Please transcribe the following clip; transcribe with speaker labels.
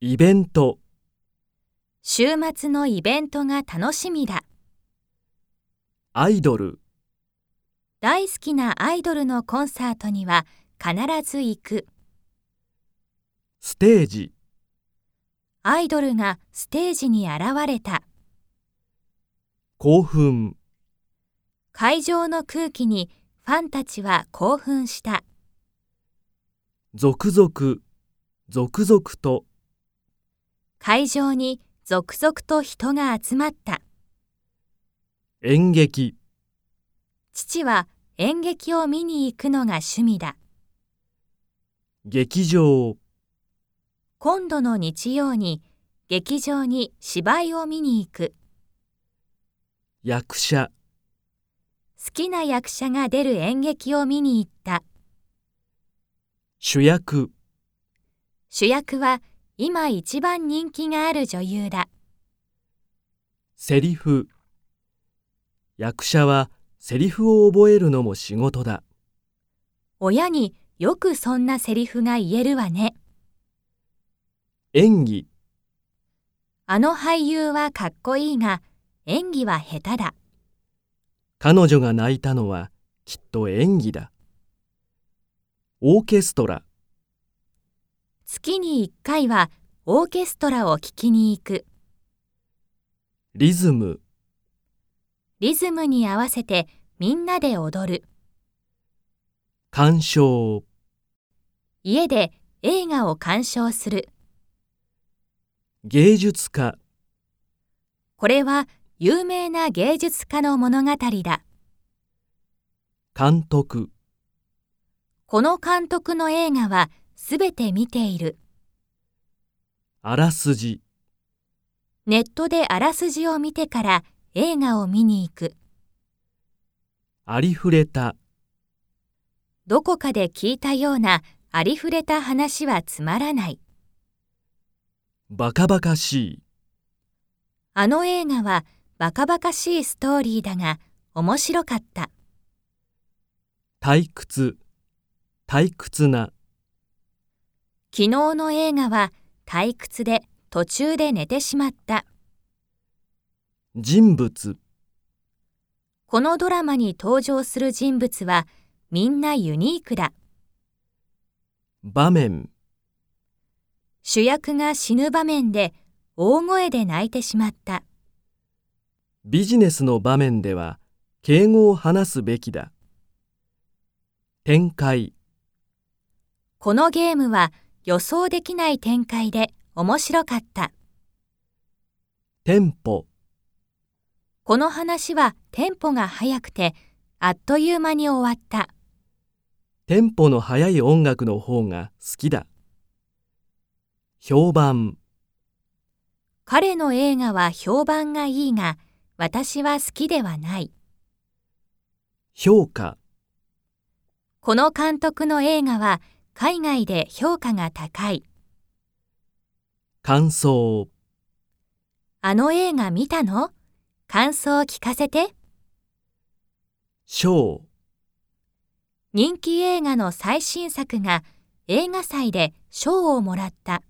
Speaker 1: イベント、
Speaker 2: 週末のイベントが楽しみだ。
Speaker 1: アイドル、
Speaker 2: 大好きなアイドルのコンサートには必ず行く。
Speaker 1: ステージ、
Speaker 2: アイドルがステージに現れた。
Speaker 1: 興奮、
Speaker 2: 会場の空気にファンたちは興奮した。
Speaker 1: 続々、続々と、
Speaker 2: 会場に続々と人が集まった。
Speaker 1: 演劇、
Speaker 2: 父は演劇を見に行くのが趣味だ。
Speaker 1: 劇場、
Speaker 2: 今度の日曜に劇場に芝居を見に行く。
Speaker 1: 役者、
Speaker 2: 好きな役者が出る演劇を見に行った。
Speaker 1: 主役、
Speaker 2: 主役は今一番人気がある女優だ。
Speaker 1: セリフ。役者はセリフを覚えるのも仕事だ。
Speaker 2: 親によくそんなセリフが言えるわね。
Speaker 1: 演技、
Speaker 2: あの俳優はかっこいいが、演技は下手だ。
Speaker 1: 彼女が泣いたのはきっと演技だ。オーケストラ、
Speaker 2: 月に1回はオーケストラを聴きに行く。
Speaker 1: リズム、
Speaker 2: リズムに合わせてみんなで踊る。
Speaker 1: 鑑賞、
Speaker 2: 家で映画を鑑賞する。
Speaker 1: 芸術家、
Speaker 2: これは有名な芸術家の物語だ。
Speaker 1: 監督、
Speaker 2: この監督の映画はすべて見ている。
Speaker 1: あらすじ、
Speaker 2: ネットであらすじを見てから映画を見に行く。
Speaker 1: ありふれた、
Speaker 2: どこかで聞いたようなありふれた話はつまらない。
Speaker 1: バカバカしい。
Speaker 2: あの映画はバカバカしいストーリーだが面白かった。
Speaker 1: 退屈、退屈な、
Speaker 2: 昨日の映画は退屈で途中で寝てしまった。
Speaker 1: 人物、
Speaker 2: このドラマに登場する人物はみんなユニークだ。
Speaker 1: 場面、
Speaker 2: 主役が死ぬ場面で大声で泣いてしまった。
Speaker 1: ビジネスの場面では敬語を話すべきだ。展開、
Speaker 2: このゲームは予想できない展開で面白かった。
Speaker 1: テンポ、
Speaker 2: この話はテンポが速くてあっという間に終わった。
Speaker 1: テンポの速い音楽の方が好きだ。評判、
Speaker 2: 彼の映画は評判がいいが私は好きではない。
Speaker 1: 評価、
Speaker 2: この監督の映画は海外で評価が高い。
Speaker 1: 感想、
Speaker 2: あの映画見たの感想を聞かせて。
Speaker 1: 賞、
Speaker 2: 人気映画の最新作が映画祭で賞をもらった。